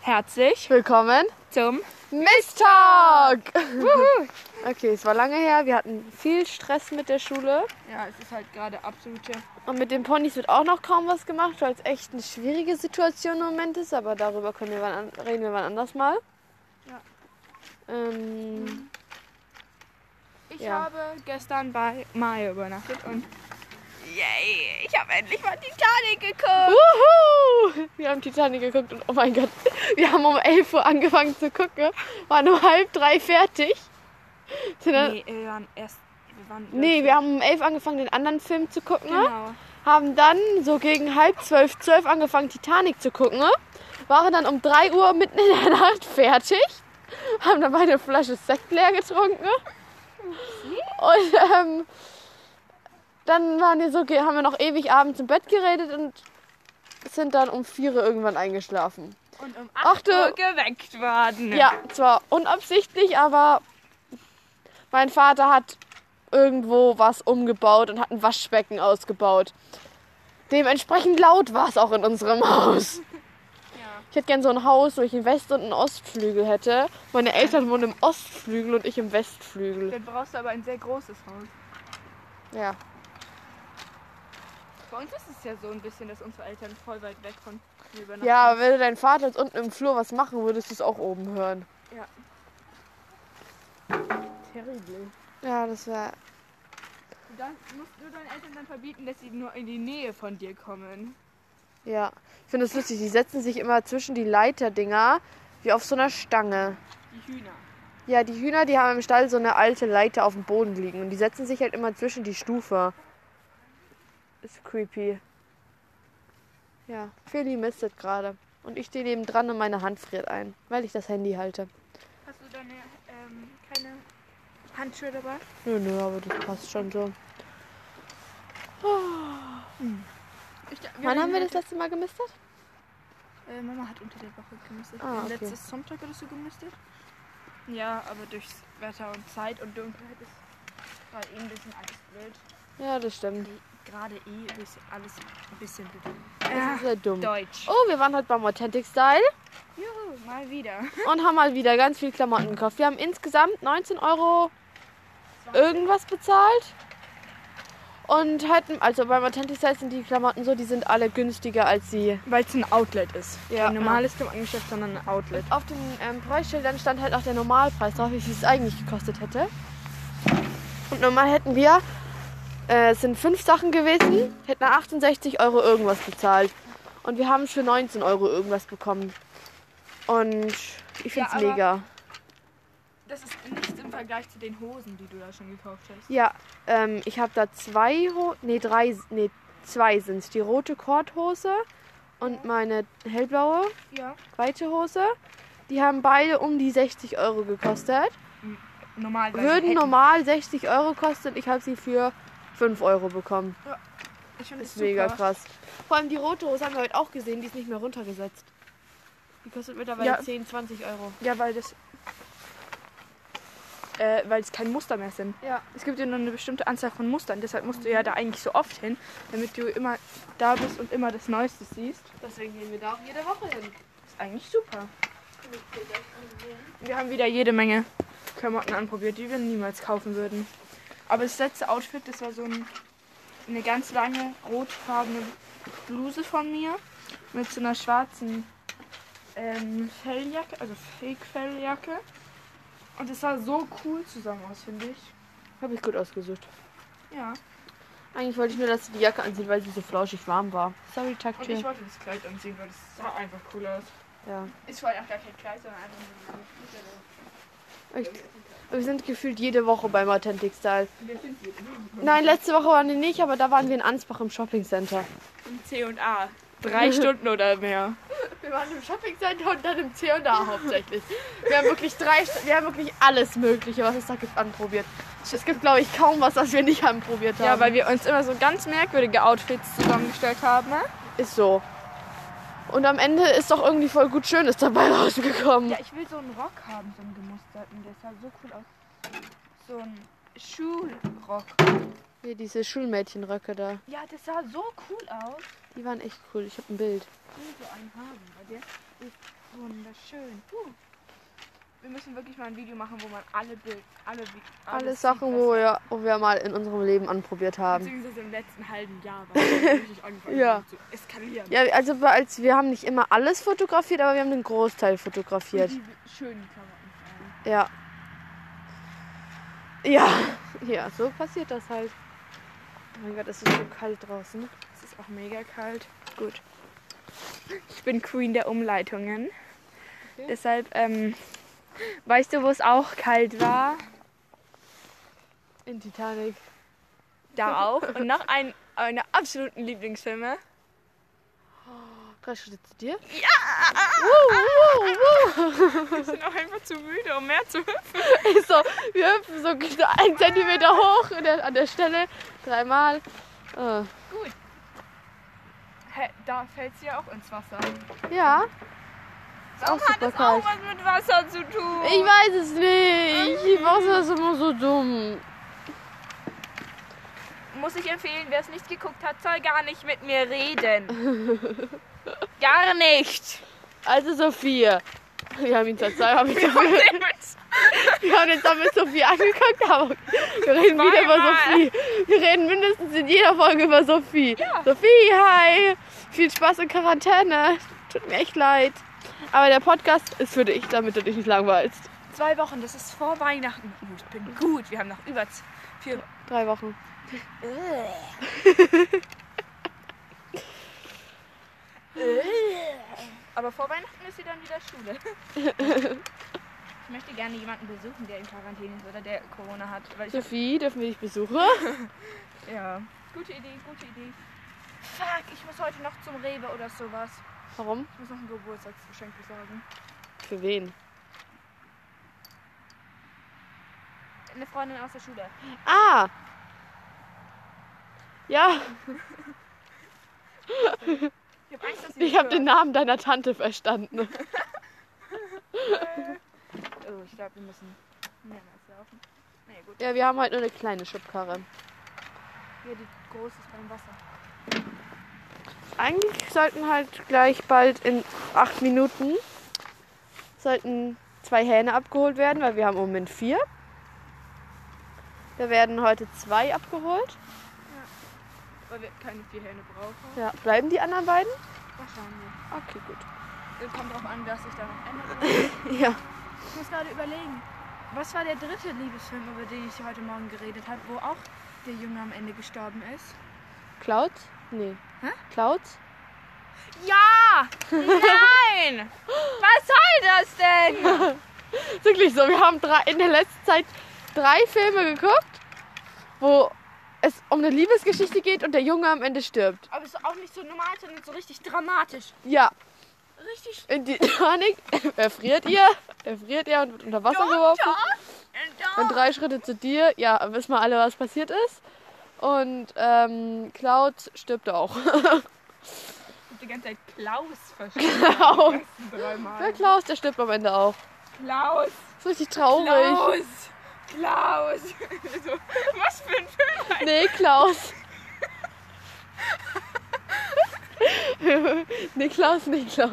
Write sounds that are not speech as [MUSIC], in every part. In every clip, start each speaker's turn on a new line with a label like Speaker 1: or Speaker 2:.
Speaker 1: Herzlich
Speaker 2: Willkommen
Speaker 1: zum
Speaker 2: Mist Talk! [LAUGHS] okay, es war lange her. Wir hatten viel Stress mit der Schule.
Speaker 1: Ja, es ist halt gerade absolute.
Speaker 2: Und mit den Ponys wird auch noch kaum was gemacht, weil es echt eine schwierige Situation im Moment ist. Aber darüber können wir wann an, reden wir wann anders mal.
Speaker 1: Ja.
Speaker 2: Ähm,
Speaker 1: Ich
Speaker 2: Ja.
Speaker 1: habe gestern bei Mario übernachtet und. Yay! Ich habe endlich mal Titanic geguckt!
Speaker 2: Wuhu! Wir haben Titanic geguckt und oh mein Gott, [LAUGHS] wir haben um 11 Uhr angefangen zu gucken, waren um halb drei fertig. Sind dann, nee.
Speaker 1: Uh, Nee, wir waren erst. Wir waren
Speaker 2: wir haben um 11 angefangen, den anderen Film zu gucken.
Speaker 1: Genau.
Speaker 2: haben dann so gegen halb zwölf, zwölf angefangen, Titanic zu gucken. Ne? Waren dann um drei Uhr mitten in der Nacht fertig. Haben dabei eine Flasche Sekt leer getrunken. Ne? Und ähm, dann waren wir so, ge- haben wir noch ewig abends im Bett geredet und sind dann um vier Uhr irgendwann eingeschlafen.
Speaker 1: Und um 8
Speaker 2: Achte-
Speaker 1: Uhr geweckt worden. [LAUGHS]
Speaker 2: Ja, zwar unabsichtlich, aber mein Vater hat irgendwo was umgebaut und hat ein Waschbecken ausgebaut. Dementsprechend laut war es auch in unserem Haus.
Speaker 1: Ja.
Speaker 2: Ich hätte gern so ein Haus, wo ich einen West- und einen Ostflügel hätte. Meine Eltern wohnen im Ostflügel und ich im Westflügel.
Speaker 1: Dann brauchst du aber ein sehr großes Haus.
Speaker 2: Ja.
Speaker 1: Bei uns ist es ja so ein bisschen, dass unsere Eltern voll weit weg von mir übernachten.
Speaker 2: Ja, aber wenn du deinen Vater jetzt unten im Flur was machen würdest, du es auch oben hören.
Speaker 1: Ja. Terrible.
Speaker 2: Ja, das wäre.
Speaker 1: Du dann, musst du deinen Eltern dann verbieten, dass sie nur in die Nähe von dir kommen.
Speaker 2: Ja. Ich finde es lustig, die setzen sich immer zwischen die Leiterdinger wie auf so einer Stange.
Speaker 1: Die Hühner.
Speaker 2: Ja, die Hühner, die haben im Stall so eine alte Leiter auf dem Boden liegen und die setzen sich halt immer zwischen die Stufe. Ist creepy. Ja, Feli mistet gerade. Und ich stehe neben dran und meine Hand friert ein, weil ich das Handy halte.
Speaker 1: Hast du deine, ähm, keine Handschuhe dabei?
Speaker 2: Nö, nö, aber das passt schon so.
Speaker 1: Ich, wir
Speaker 2: Wann haben wir das letzte Mal gemistet?
Speaker 1: Äh, Mama hat unter der Woche gemistet. Äh,
Speaker 2: Ah, okay.
Speaker 1: Letztes Sonntag oder so gemistet. Ja, aber durchs Wetter und Zeit und Dunkelheit ist gerade eh ein bisschen alles blöd.
Speaker 2: Ja, das stimmt.
Speaker 1: Gerade eh ist alles ein bisschen blöd.
Speaker 2: Das ist ja dumm.
Speaker 1: Deutsch.
Speaker 2: Oh, wir waren heute beim Authentic Style
Speaker 1: Juhu, mal wieder.
Speaker 2: und haben mal wieder ganz viel Klamotten gekauft. Wir haben insgesamt 19 Euro irgendwas bezahlt. Und hatten, also beim Authentic Style sind die Klamotten so, die sind alle günstiger als sie.
Speaker 1: Weil es ein Outlet ist.
Speaker 2: Ja,
Speaker 1: Kein normales Klamottengeschäft, sondern ein Outlet.
Speaker 2: Auf den ähm, Preisschildern stand halt auch der Normalpreis drauf, wie viel es eigentlich gekostet hätte. Und normal hätten wir, äh, es sind fünf Sachen gewesen, hätten wir 68 Euro irgendwas bezahlt. Und wir haben es für 19 Euro irgendwas bekommen. Und ich
Speaker 1: Ja,
Speaker 2: find's
Speaker 1: aber-
Speaker 2: mega.
Speaker 1: Das ist nichts im Vergleich zu den Hosen, die du da schon gekauft hast.
Speaker 2: Ja, ähm, ich habe da zwei, Ho nee, drei, nee, zwei sind Die rote Korthose und meine hellblaue,
Speaker 1: Ja.
Speaker 2: weite Hose. Die haben beide um die 60 Euro gekostet.
Speaker 1: Normalerweise
Speaker 2: Würden
Speaker 1: hätten-
Speaker 2: normal 60 Euro kosten, ich habe sie für 5 Euro bekommen.
Speaker 1: Ich finde
Speaker 2: Ist
Speaker 1: das super.
Speaker 2: mega krass. Vor allem die rote Hose haben wir heute auch gesehen, die ist nicht mehr runtergesetzt. Die kostet mittlerweile
Speaker 1: Ja.
Speaker 2: 10, 20 Euro.
Speaker 1: Ja, weil das. Äh, weil es kein Muster mehr sind.
Speaker 2: Ja.
Speaker 1: Es gibt ja nur eine bestimmte Anzahl von Mustern. Deshalb musst du ja da eigentlich so oft hin, damit du immer da bist und immer das Neueste siehst.
Speaker 2: Deswegen gehen wir da auch jede Woche hin.
Speaker 1: Ist eigentlich super. Wir haben wieder jede Menge Klamotten anprobiert, die wir niemals kaufen würden. Aber das letzte Outfit, das war so ein, eine ganz lange rotfarbene Bluse von mir mit so einer schwarzen ähm, Felljacke, also Fake-Felljacke. Und es sah so cool zusammen aus, finde ich.
Speaker 2: Habe ich gut ausgesucht.
Speaker 1: Ja.
Speaker 2: Eigentlich wollte ich nur, dass sie die Jacke anzieht, weil sie so flauschig warm war. Sorry,
Speaker 1: Und
Speaker 2: Taktik.
Speaker 1: ich wollte das Kleid anziehen, weil es sah einfach cool aus.
Speaker 2: Ja.
Speaker 1: Ist vor allem auch gar kein Kleid, sondern einfach nur eine Bluse.
Speaker 2: Echt? Wir sind gefühlt jede Woche beim Authentic Style.
Speaker 1: Wir sind hier drüben.
Speaker 2: Nein, letzte Woche waren wir nicht, aber da waren wir in Ansbach im Shopping Center.
Speaker 1: Im C und A. [LAUGHS] Drei Stunden oder mehr.
Speaker 2: Wir waren im Shopping Center und dann im C&A hauptsächlich. Wir haben wirklich drei, St- wir haben wirklich alles Mögliche, was es da gibt, anprobiert. Es gibt, glaube ich, kaum was, was wir nicht anprobiert haben.
Speaker 1: Ja, weil wir uns immer so ganz merkwürdige Outfits zusammengestellt haben. ne?
Speaker 2: ist so. Und am Ende ist doch irgendwie voll gut Schönes dabei [LAUGHS] rausgekommen.
Speaker 1: ich will so einen Rock haben, so einen gemusterten. Der sah so cool aus. So ein Schulrock.
Speaker 2: Hier diese Schulmädchenröcke da,
Speaker 1: Ja, das sah so cool aus.
Speaker 2: die waren echt cool. Ich habe ein Bild.
Speaker 1: Ich will so einen haben. Weil der ist Wunderschön. Huh. Wir müssen wirklich mal ein Video machen, wo man alle Bild, alle, Vi-
Speaker 2: Alle
Speaker 1: alles
Speaker 2: Sachen,
Speaker 1: sieht,
Speaker 2: wo wir, wo wir mal in unserem Leben anprobiert
Speaker 1: was-
Speaker 2: haben.
Speaker 1: Beziehungsweise im letzten halben Jahr, weil wir wirklich [LAUGHS] angefangen
Speaker 2: Ja.
Speaker 1: haben zu eskalieren.
Speaker 2: Ja, also wir- als wir haben nicht immer alles fotografiert, aber wir haben den Großteil fotografiert.
Speaker 1: Die schönen Klamotten. tragen.
Speaker 2: Ja. Ja. Ja, so passiert das halt. Oh mein Gott, es ist so kalt draußen.
Speaker 1: Es ist auch mega kalt. Gut. Ich bin Queen der Umleitungen.
Speaker 2: Okay.
Speaker 1: Deshalb, ähm, weißt du, wo es auch kalt war?
Speaker 2: In Titanic.
Speaker 1: Da auch. Und noch ein meiner absoluten Lieblingsfilme.
Speaker 2: Drei Schritte zu dir.
Speaker 1: Wir sind auch einfach zu müde, um mehr zu hüpfen.
Speaker 2: So, wir hüpfen so einen Zentimeter hoch in der, an der Stelle. Dreimal. Äh,
Speaker 1: Hä, da fällt sie ja auch ins Wasser.
Speaker 2: ja. Ist auch super kalt.
Speaker 1: was mit Wasser zu tun.
Speaker 2: Ich weiß es nicht. Wasser ist immer so dumm.
Speaker 1: Muss ich empfehlen, wer es nicht geguckt hat, soll gar nicht mit mir reden. gar nicht.
Speaker 2: Also Sophie. Wir haben ihn zur Zeit, haben ihn zur Wir haben jetzt auch mit Sophie angeguckt, aber wir reden wieder über
Speaker 1: Zweimal.
Speaker 2: Sophie. Wir reden mindestens in jeder Folge über Sophie. Sophie, hi! Viel Spaß in Quarantäne. Tut mir echt leid. Aber der Podcast ist für dich, damit du dich nicht langweilst.
Speaker 1: Zwei Wochen, das ist vor Weihnachten. Uh, ich bin gut. Wir haben noch über z- vier.
Speaker 2: Drei Wochen.
Speaker 1: Aber vor Weihnachten ist sie dann wieder Schule. Ich möchte gerne jemanden besuchen, der in Quarantäne ist oder der Corona hat. Weil ich,
Speaker 2: Sophie, dürfen wir dich besuchen?
Speaker 1: ja. Gute Idee, gute Idee. Fuck, ich muss heute noch zum Rewe oder sowas.
Speaker 2: Warum?
Speaker 1: Ich muss noch ein Geburtstagsgeschenk besorgen.
Speaker 2: Für wen?
Speaker 1: Eine Freundin aus der Schule.
Speaker 2: Ah! Ja,
Speaker 1: Ich habe Angst, dass sie
Speaker 2: ich
Speaker 1: das
Speaker 2: habe den Namen deiner Tante verstanden.
Speaker 1: hört. Oh, ich glaube, wir müssen mehrmals laufen. Na ja, gut.
Speaker 2: Ja, wir haben heute nur eine kleine Schubkarre.
Speaker 1: Hier, die große ist beim Wasser.
Speaker 2: Eigentlich sollten halt gleich bald in acht Minuten sollten zwei Hähne abgeholt werden, weil wir haben im Moment vier. Da werden heute zwei abgeholt.
Speaker 1: Weil wir keine vier Hähne brauchen.
Speaker 2: Ja, bleiben die anderen beiden?
Speaker 1: Wahrscheinlich.
Speaker 2: Okay, gut.
Speaker 1: Es kommt drauf an, was sich da noch ändert.
Speaker 2: [LAUGHS] Ja.
Speaker 1: [LAUGHS] Ich muss gerade überlegen, was war der dritte Liebesfilm, über den ich heute Morgen geredet habe, wo auch der Junge am Ende gestorben ist?
Speaker 2: Cloud? Nee.
Speaker 1: Hä?
Speaker 2: Cloud? [LAUGHS]
Speaker 1: Ja! Nein! [GASPS] was soll das denn?
Speaker 2: Ist Wirklich so, wir haben drei, in der letzten Zeit drei Filme geguckt, wo es um eine Liebesgeschichte geht und der Junge am Ende stirbt.
Speaker 1: Aber es ist auch nicht so normal, sondern so richtig dramatisch.
Speaker 2: Ja,
Speaker 1: Richtig
Speaker 2: in die [LAUGHS] Titanic erfriert ihr, erfriert ihr und wird unter Wasser geworfen. Und drei Schritte zu dir, ja, wissen wir alle, was passiert ist. Und ähm, Cloud stirbt auch.
Speaker 1: die ganze Zeit Klaus [LAUGHS] verstanden.
Speaker 2: Klaus. Der
Speaker 1: Dreimal.
Speaker 2: Klaus, der stirbt am Ende auch.
Speaker 1: Klaus!
Speaker 2: Ist richtig traurig.
Speaker 1: Klaus! Klaus! [LAUGHS] so, was für ein Film!
Speaker 2: Nee, Klaus. nee, Klaus, nee, Klaus.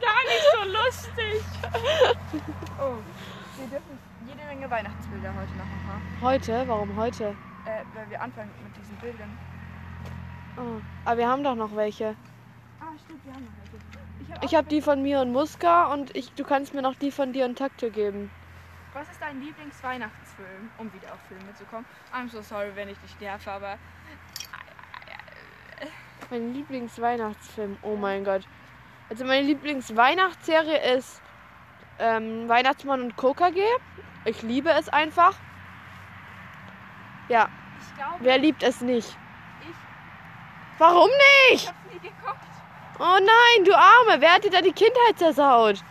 Speaker 1: Gar nicht so lustig! oh, wir dürfen jede Menge Weihnachtsbilder heute noch machen.
Speaker 2: Heute? Warum heute?
Speaker 1: Äh, weil wir anfangen mit diesen Bildern.
Speaker 2: Oh. Aber wir haben doch noch welche.
Speaker 1: Ah, stimmt, wir haben noch welche. Ich hab
Speaker 2: Ich habe die von mir und Muska und ich, du kannst mir noch die von dir und Takte geben.
Speaker 1: Was ist dein Lieblingsweihnachtsfilm? Um wieder auf Filme zu kommen. I'm so sorry, wenn ich dich nerve, aber
Speaker 2: Mein Lieblingsweihnachtsfilm. Oh mein Gott. Also meine Lieblingsweihnachtsserie ist ähm, Weihnachtsmann und KKG. Ich liebe es einfach. Ja,
Speaker 1: ich glaube,
Speaker 2: wer liebt es nicht?
Speaker 1: ich
Speaker 2: Warum nicht?
Speaker 1: hab's nie geguckt.
Speaker 2: Oh nein, du Arme, wer hat dir da die Kindheit zersaut?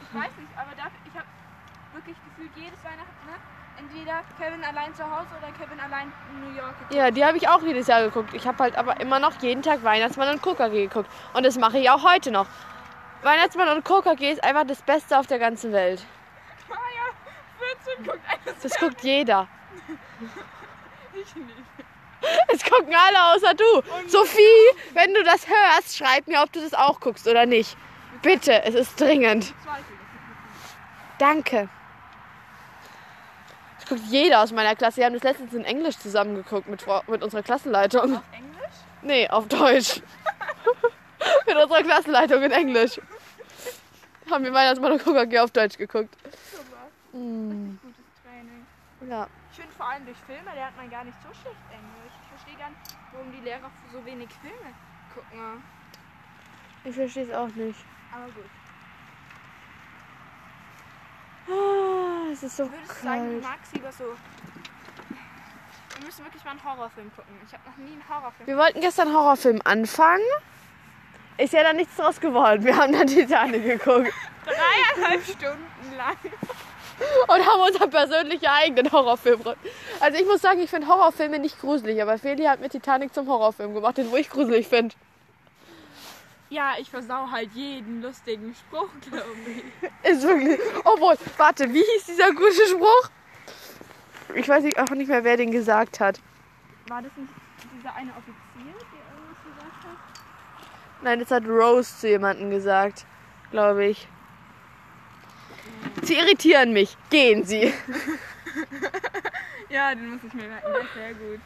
Speaker 1: Ich weiß nicht, aber dafür, ich habe wirklich gefühlt jedes Weihnachten, ne? Entweder Kevin allein zu Hause oder Kevin allein in New York. geguckt.
Speaker 2: Ja, die habe ich auch jedes Jahr geguckt. Ich habe halt aber immer noch jeden Tag Weihnachtsmann und KKG geguckt. Und das mache ich auch heute noch. Weihnachtsmann und KKG ist einfach das Beste auf der ganzen Welt.
Speaker 1: Maya, 14 guckt alles
Speaker 2: Das guckt jeder.
Speaker 1: ich nicht.
Speaker 2: Es gucken alle außer du. Sophie, wenn du das hörst, schreib mir, ob du das auch guckst oder nicht. Bitte, es ist dringend. Danke. Das guckt jeder aus meiner Klasse. Wir haben das letztens in Englisch zusammengeguckt mit, Frau- mit unserer Klassenleitung.
Speaker 1: Auf Englisch?
Speaker 2: Nee, auf Deutsch. [LAUGHS] mit unserer Klassenleitung in Englisch. Haben wir Weihnachtsmann und Kuckuck auf Deutsch geguckt.
Speaker 1: Super.
Speaker 2: Mm,
Speaker 1: Gutes Training.
Speaker 2: ja.
Speaker 1: Ich finde vor allem durch Filme lernt man gar nicht so schlecht Englisch. Ich verstehe gar nicht, warum die Lehrer so wenig Filme gucken.
Speaker 2: Ich verstehe es auch nicht.
Speaker 1: Aber gut.
Speaker 2: Ah, Es ist so
Speaker 1: Würdest du sagen, du
Speaker 2: kalt.
Speaker 1: magst lieber so. Wir müssen wirklich mal einen Horrorfilm gucken. Ich habe noch nie einen [LAUGHS] Horrorfilm.
Speaker 2: Wir wollten gestern Horrorfilm anfangen. Ist ja dann nichts draus geworden. Wir haben dann Titanic geguckt
Speaker 1: Dreieinhalb Stunden lang.
Speaker 2: und haben unseren persönlichen eigenen Horrorfilm. re- Also ich muss sagen, ich finde Horrorfilme nicht gruselig, aber Feli hat mir Titanic zum Horrorfilm gemacht, den wo ich gruselig finde.
Speaker 1: Ja, ich versau halt jeden lustigen Spruch, glaube ich.
Speaker 2: Ist wirklich. Obwohl, warte, wie hieß dieser gute Spruch? Ich weiß nicht- auch nicht mehr, wer den gesagt hat.
Speaker 1: War das nicht dieser eine Offizier, der irgendwas gesagt hat?
Speaker 2: Nein, das hat Rose zu jemandem gesagt, glaube ich. Sie irritieren mich. Gehen Sie. [LAUGHS]
Speaker 1: Ja, den muss ich mir merken. Der ist sehr gut.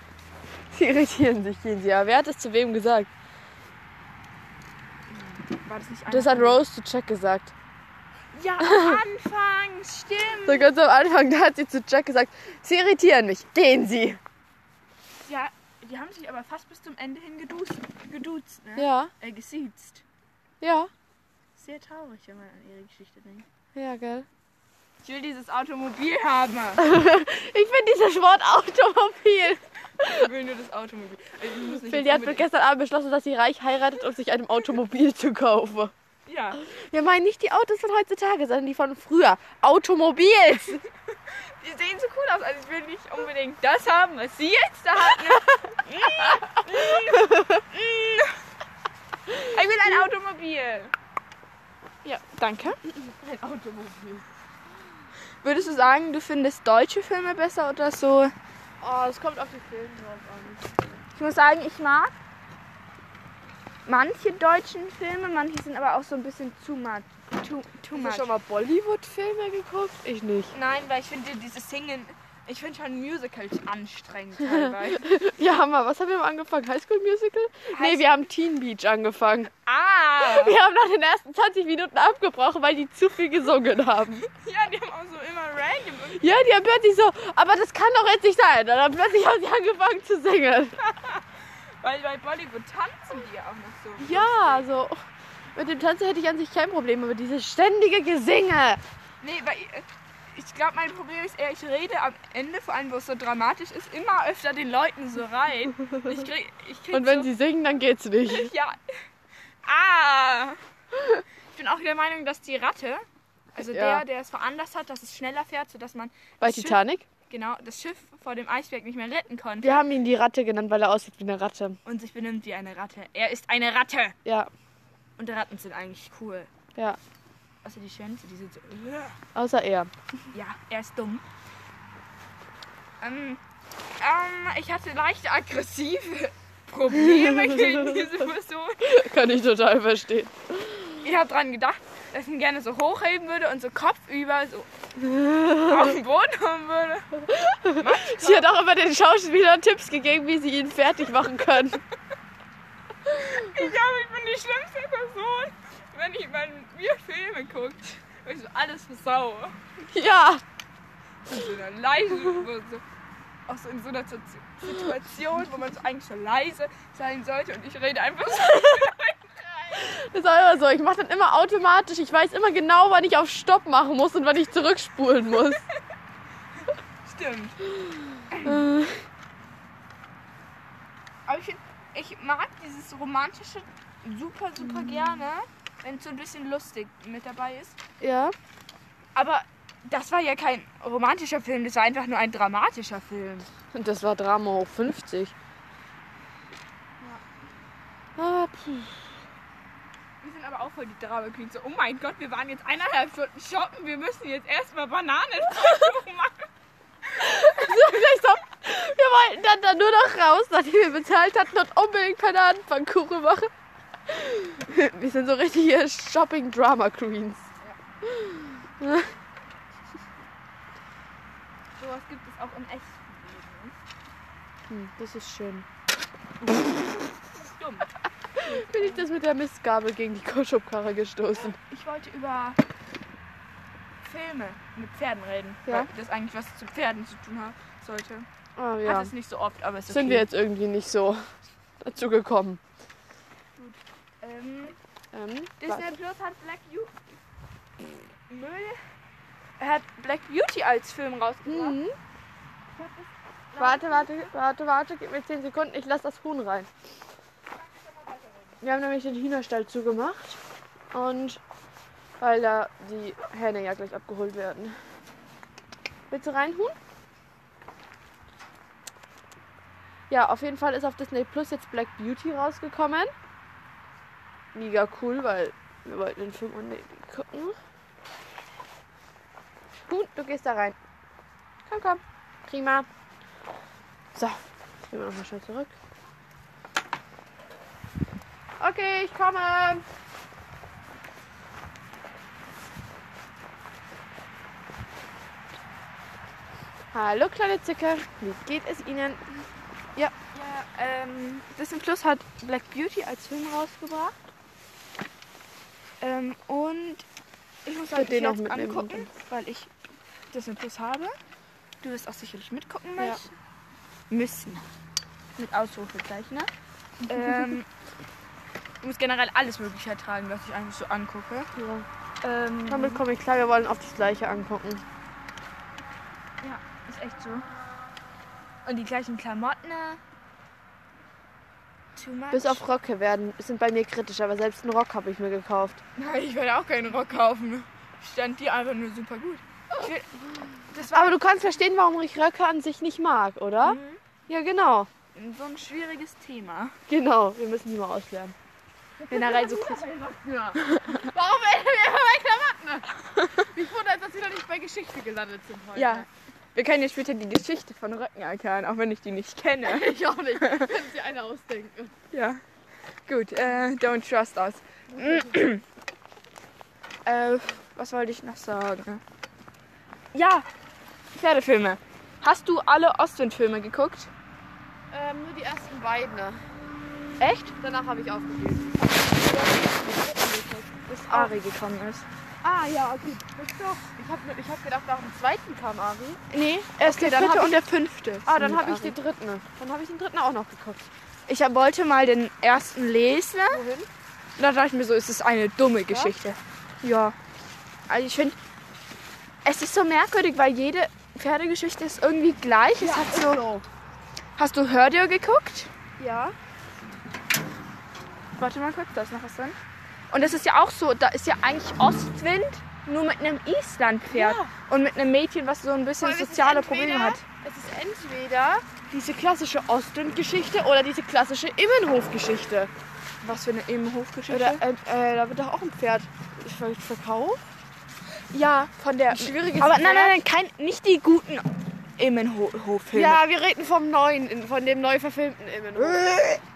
Speaker 2: Sie irritieren sich, gehen Sie. Aber wer hat das zu wem gesagt?
Speaker 1: War das nicht
Speaker 2: Das hat Rose zu Jack gesagt.
Speaker 1: [LAUGHS] Ja, am Anfang, stimmt.
Speaker 2: So ganz am Anfang, da hat sie zu Jack gesagt, Sie irritieren mich, gehen Sie.
Speaker 1: Ja, die haben sich aber fast bis zum Ende hin geduzt, geduzt ne?
Speaker 2: Ja,
Speaker 1: Äh, gesiezt.
Speaker 2: ja,
Speaker 1: Sehr traurig, wenn man an ihre Geschichte denkt.
Speaker 2: ja, gell.
Speaker 1: Ich will dieses Automobil haben. [LAUGHS]
Speaker 2: Ich finde dieses Wort Automobil.
Speaker 1: Ich will nur das Automobil. Also Ich muss nicht
Speaker 2: Billy hat
Speaker 1: unbedingt-
Speaker 2: gestern Abend beschlossen, dass sie reich heiratet, um sich ein Automobil zu kaufen.
Speaker 1: Ja,
Speaker 2: Wir meinen nicht die Autos von heutzutage, sondern die von früher. Automobils.
Speaker 1: die sehen so cool aus. Also ich will nicht unbedingt das haben, was sie jetzt da [LAUGHS] hat. Ne? ich will ein Automobil.
Speaker 2: Ja, danke.
Speaker 1: Ein Automobil. Würdest du sagen, du findest deutsche Filme besser oder so
Speaker 2: Oh, es kommt auf die Filme drauf
Speaker 1: Ich muss sagen, ich mag manche deutschen Filme, manche sind aber auch so ein bisschen zu much. Too, too
Speaker 2: an. Hast
Speaker 1: much.
Speaker 2: du schon mal Bollywood-Filme geguckt? Ich nicht.
Speaker 1: Nein, weil ich finde dieses Singen, ich finde schon Musicals anstrengend [LAUGHS] teilweise.
Speaker 2: Ja, Hammer. Was haben wir angefangen? High School Musical? nee, wir haben Teen Beach angefangen.
Speaker 1: ah!
Speaker 2: [LAUGHS] Wir haben nach den ersten 20 Minuten abgebrochen, weil die zu viel gesungen haben.
Speaker 1: Ja, die haben auch so immer random. irgendwie-
Speaker 2: Ja, die haben plötzlich so, aber das kann doch jetzt nicht sein. Und dann plötzlich haben sie angefangen zu singen.
Speaker 1: Weil bei Bollywood tanzen die ja auch noch so.
Speaker 2: Ja, so. Mit dem Tanzen hätte ich an sich kein Problem, aber dieses ständige Gesinge.
Speaker 1: Nee, weil äh, ich glaube, mein Problem ist eher, ich rede am Ende, vor allem wo es so dramatisch ist, immer öfter den Leuten so rein. Ich krieg, ich krieg
Speaker 2: Und wenn
Speaker 1: so,
Speaker 2: sie singen, dann geht's nicht.
Speaker 1: Ja. Ah! Ich bin auch der Meinung, dass die Ratte, also
Speaker 2: Ja.
Speaker 1: der, der es veranlasst hat, dass es schneller fährt, sodass man
Speaker 2: Bei
Speaker 1: das Schiff-
Speaker 2: Titanic?
Speaker 1: genau das Schiff vor dem Eisberg nicht mehr retten konnte.
Speaker 2: Wir haben ihn die Ratte genannt, weil er aussieht wie eine Ratte.
Speaker 1: Und sich benimmt wie eine Ratte. Er ist eine Ratte!
Speaker 2: Ja,
Speaker 1: Und Ratten sind eigentlich cool.
Speaker 2: ja.
Speaker 1: Außer die Schwänze, die sind so.
Speaker 2: Außer er.
Speaker 1: Ja, er ist dumm. Ähm, ähm, ich hatte leicht aggressive Probleme gegen diese Person.
Speaker 2: Kann ich total verstehen.
Speaker 1: Ich habe dran gedacht, dass ich ihn gerne so hochheben würde und so kopfüber so [LAUGHS] auf den Boden haben würde.
Speaker 2: Sie hat auch immer den Schauspielern Tipps gegeben, wie sie ihn fertig machen können.
Speaker 1: Ich glaube, ich bin die schlimmste Person, wenn ich wenn mir Filme guckt. Weil ich so alles versauere.
Speaker 2: Ja,
Speaker 1: In so einer leisen, wo so, auch so in so einer Situ- Situation, wo man so eigentlich so leise sein sollte und ich rede einfach so.
Speaker 2: das ist immer so. Ich mache dann immer automatisch. Ich weiß immer genau, wann ich auf Stopp machen muss und wann ich zurückspulen muss.
Speaker 1: Stimmt.
Speaker 2: Äh,
Speaker 1: Aber ich, find- ich mag dieses romantische super, super gerne, wenn es so ein bisschen lustig mit dabei ist.
Speaker 2: [LAUGHS] ja.
Speaker 1: Aber das war ja kein romantischer Film, das war einfach nur ein dramatischer Film.
Speaker 2: Und das war Drama hoch 50. Ah, [LAUGHS] puh.
Speaker 1: Wir sind aber auch voll die Drama Queens. So, oh mein Gott, wir waren jetzt eineinhalb Stunden [LAUGHS] shoppen, wir müssen jetzt erstmal Bananen machen.
Speaker 2: Vielleicht so, Wir wollten dann, dann nur noch raus, nachdem wir bezahlt hatten und unbedingt Panadenpfannkuchen machen. [LAUGHS] Wir sind so richtige Shopping-Drama-Queens.
Speaker 1: Sowas gibt es auch im echten Leben.
Speaker 2: Hm, das ist schön.
Speaker 1: Dumm.
Speaker 2: Bin ich das mit der Mistgabel gegen die Koschubkarre gestoßen?
Speaker 1: Ich wollte über Filme mit Pferden reden,
Speaker 2: Ja.
Speaker 1: weil das eigentlich was zu Pferden zu tun hat, sollte.
Speaker 2: Ah
Speaker 1: Hat
Speaker 2: ja.
Speaker 1: es nicht so oft, aber es ist
Speaker 2: Sind wir
Speaker 1: okay.
Speaker 2: jetzt irgendwie nicht so dazu gekommen.
Speaker 1: Ähm,
Speaker 2: Ähm,
Speaker 1: Disney Plus hat Black Beauty. Müll. Er hat Black Beauty als Film rausgebracht.
Speaker 2: Mhm. Warte, warte, warte, warte, gib mir 10 Sekunden, ich lasse das Huhn rein. Wir haben nämlich den Hühnerstall zugemacht und weil da die Hähne ja gleich abgeholt werden. Willst du rein, Huhn? Ja, auf jeden Fall ist auf Disney Plus jetzt Black Beauty rausgekommen. Mega cool, weil wir wollten den Film unbedingt gucken. Huhn, du gehst da rein. Komm, komm. Prima. So, gehen wir nochmal schnell zurück. Okay, ich komme. Hallo kleine Zicke, wie geht es Ihnen?
Speaker 1: Ja, ähm, Disney Plus hat Black Beauty als Film rausgebracht. Ähm, und ich muss halt
Speaker 2: den
Speaker 1: den
Speaker 2: auch
Speaker 1: auch
Speaker 2: mitnehmen.
Speaker 1: angucken, weil ich Disney Plus habe. Du wirst auch sicherlich mitgucken
Speaker 2: Ja.
Speaker 1: müssen. Müssen. Mit Ausrufezeichen.
Speaker 2: [LAUGHS]
Speaker 1: ne? ähm, ich muss generell alles Mögliche ertragen, was ich eigentlich so angucke.
Speaker 2: Ja.
Speaker 1: Ähm,
Speaker 2: Damit komme ich klar, wir wollen oft das gleiche angucken.
Speaker 1: Ja, ist echt so. Und die gleichen Klamotten. ne? Too much.
Speaker 2: Bis auf Röcke werden, sind bei mir kritisch, aber selbst einen Rock habe ich mir gekauft.
Speaker 1: Nein, ich wollte auch keinen Rock kaufen. Stand die einfach nur super gut. Ich will, das war
Speaker 2: Aber du kannst verstehen, warum ich Röcke an sich nicht mag, oder?
Speaker 1: Mhm.
Speaker 2: Ja, genau.
Speaker 1: so ein schwieriges Thema.
Speaker 2: Genau, wir müssen die mal auslernen.
Speaker 1: Generell so kurz.
Speaker 3: Ja. Warum werden wir immer bei Klamotten? Mich wundert, dass wir noch nicht bei Geschichte gelandet sind heute.
Speaker 1: Ja. Wir können ja später die Geschichte von Röcken erklären, auch wenn ich die nicht kenne.
Speaker 3: Ich auch nicht. Können Sie eine ausdenken.
Speaker 1: [LAUGHS] Ja. Gut, äh, don't trust us. [CLEARS THROAT] äh, was wollte ich noch sagen? Ja, Pferdefilme. Hast du alle Ostwindfilme geguckt?
Speaker 2: Ähm, nur die ersten beiden. ne?
Speaker 1: Echt?
Speaker 2: Danach habe ich aufgegeben.
Speaker 1: Bis Ari gekommen ist.
Speaker 2: Ah ja, okay. Das doch. Ich habe ich hab gedacht, nach dem zweiten kam Ari.
Speaker 1: Nee, erst
Speaker 2: Okay,
Speaker 1: der
Speaker 2: dann
Speaker 1: dritte
Speaker 2: hab
Speaker 1: und der fünfte.
Speaker 2: Ah, dann
Speaker 1: sind
Speaker 2: habe ich
Speaker 1: Ari.
Speaker 2: den dritten. Dann habe ich den dritten auch noch geguckt.
Speaker 1: Ich hab- wollte mal den ersten lesen.
Speaker 2: Wohin?
Speaker 1: Und da dachte ich mir so, es ist eine dumme Geschichte. Ja. Also ich finde, es ist so merkwürdig, weil jede Pferdegeschichte ist irgendwie gleich. Es hat so. Hast du Hördio geguckt?
Speaker 2: Ja.
Speaker 1: Warte mal kurz, da ist noch was drin. Und das ist ja auch so, da ist ja eigentlich Ostwind, nur mit einem Islandpferd.
Speaker 2: Ja.
Speaker 1: Und mit einem Mädchen, was so ein bisschen
Speaker 2: Weil es ist
Speaker 1: soziale
Speaker 2: entweder-
Speaker 1: Probleme hat.
Speaker 2: Es ist entweder diese klassische Ostend-Geschichte oder diese klassische Immenhof-Geschichte.
Speaker 1: Was für eine Immenhofgeschichte.
Speaker 2: Oder äh, äh, da wird doch auch ein Pferd ver- verkauft.
Speaker 1: Ja, von der.
Speaker 2: schwieriges
Speaker 1: Aber nein,
Speaker 2: Pferd.
Speaker 1: nein, nein, kein, nicht die guten Immenhof-Filme.
Speaker 2: Ja, wir reden vom neuen, in- von dem neu verfilmten Immenhof.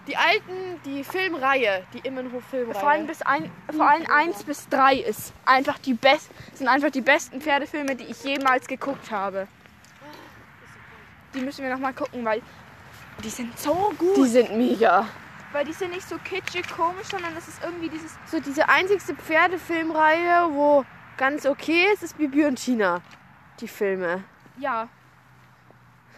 Speaker 2: Die alten, die Filmreihe, die Immenhof-Filmreihe.
Speaker 1: Vor allem bis ein, vor allem eins bis drei ist einfach die best, sind einfach die besten Pferdefilme, die ich jemals geguckt habe. Die müssen wir noch mal gucken, weil die sind so gut.
Speaker 2: die sind mega.
Speaker 1: weil die sind nicht so kitschig komisch, sondern das ist irgendwie dieses
Speaker 2: So diese einzigste Pferdefilmreihe, wo ganz okay ist, ist Bibi und Tina. Die Filme.
Speaker 1: ja.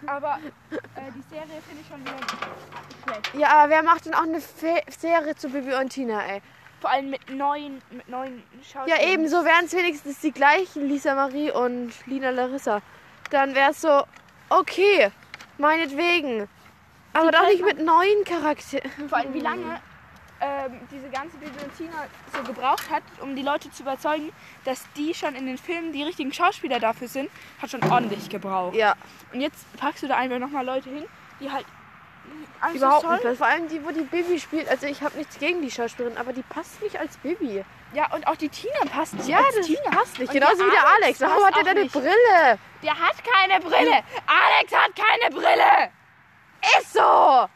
Speaker 1: Aber äh, die Serie finde ich schon wieder schlecht.
Speaker 2: Ja, aber wer macht denn auch eine Fe Serie zu Bibi und Tina, ey?
Speaker 1: Vor allem mit neuen mit neuen Schauspielern.
Speaker 2: Ja, eben, so wären es wenigstens die gleichen, Lisa Marie und Lina Larissa. Dann wäre es so, okay, meinetwegen. Aber doch nicht mit neuen Charakteren.
Speaker 1: Vor allem, wie lange ähm, diese ganze Bibliothina so gebraucht hat, um die Leute zu überzeugen, dass die schon in den Filmen die richtigen Schauspieler dafür sind, hat schon ordentlich gebraucht.
Speaker 2: Ja,
Speaker 1: Und jetzt packst du da einfach nochmal Leute hin, die halt Also
Speaker 2: Überhaupt
Speaker 1: soll-
Speaker 2: nicht. Vor allem die, wo die Baby spielt. Also ich habe nichts gegen die Schauspielerin, aber die passt nicht als Baby.
Speaker 1: Ja, und auch die Tina passt nicht
Speaker 2: Ja,
Speaker 1: als
Speaker 2: das
Speaker 1: Tina.
Speaker 2: passt nicht.
Speaker 1: Und
Speaker 2: Genauso
Speaker 1: der
Speaker 2: wie der
Speaker 1: Alex
Speaker 2: Alex. Warum
Speaker 1: passt
Speaker 2: hat er
Speaker 1: auch
Speaker 2: denn eine
Speaker 1: nicht.
Speaker 2: Brille?
Speaker 3: Der hat keine Brille. Alex hat keine Brille.
Speaker 2: Ist so!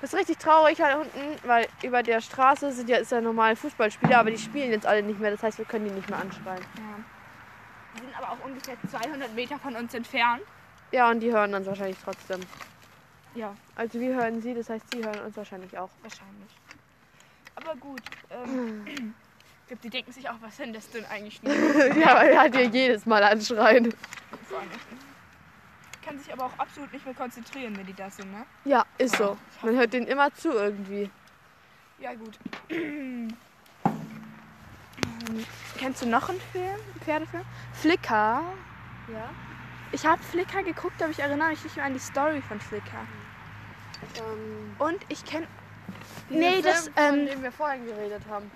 Speaker 2: Das ist richtig traurig halt unten, weil über der Straße sind ja, ist ja normal Fußballspieler, aber die spielen jetzt alle nicht mehr. Das heißt, wir können die nicht mehr anschreien.
Speaker 1: Ja.
Speaker 3: Die sind aber auch ungefähr 200 Meter von uns entfernt.
Speaker 2: Ja, und die hören uns wahrscheinlich trotzdem.
Speaker 1: Ja.
Speaker 2: Also wir hören sie, das heißt, sie hören uns wahrscheinlich auch.
Speaker 1: Wahrscheinlich. Aber gut, ähm, [CLEARS THROAT] ich glaub, die denken sich auch, was denn das denn eigentlich nur?
Speaker 2: [LAUGHS] ja, weil wir halt hier jedes Mal anschreien.
Speaker 1: vor allem. Kann sich aber auch absolut nicht mehr konzentrieren, wenn die da sind, ne?
Speaker 2: Ja, ist so. Man hört denen immer zu irgendwie.
Speaker 1: Ja, gut. [CLEARS THROAT] ähm, kennst du noch einen Film, einen Pferdefilm? Flicker.
Speaker 2: Ja.
Speaker 1: Ich habe Flicker geguckt, aber ich erinnere mich nicht mehr an die Story von Flicker.
Speaker 2: Ähm,
Speaker 1: Und ich kenne. Nee, das,
Speaker 2: von
Speaker 1: ähm,
Speaker 2: dem wir vorhin geredet haben.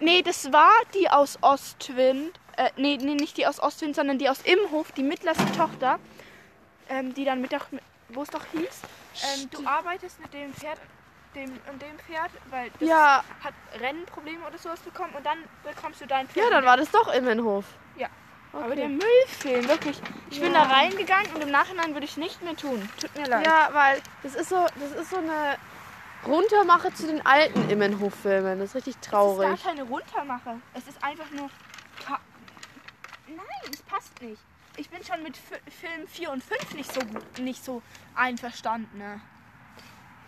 Speaker 1: nee, das war die aus Ostwind. Äh, nee, nee, nicht die aus Ostwind, sondern die aus Imhof, die mittlerste Tochter. Ähm, die dann mit der, wo es doch hieß, ähm, du arbeitest mit dem Pferd, dem und dem Pferd, weil das
Speaker 2: Ja,
Speaker 1: hat Rennenprobleme oder sowas bekommen und dann bekommst du dein Pferd.
Speaker 2: ja, dann war das doch Immenhof.
Speaker 1: Ja.
Speaker 2: Okay.
Speaker 1: Aber der Müllfilm, wirklich. Ich bin
Speaker 2: Ja.
Speaker 1: da reingegangen und im Nachhinein würde ich nicht mehr tun. Tut mir leid.
Speaker 2: Ja, weil das ist so, das ist so eine Runtermache zu den alten Immenhof-Filmen. Das ist richtig
Speaker 1: Es
Speaker 2: traurig.
Speaker 1: ist gar keine Runtermache. Es ist einfach nur. Ka Nein, es passt nicht. Ich bin schon mit Fi Film 4 und 5 nicht so gut, nicht so einverstanden. Ne?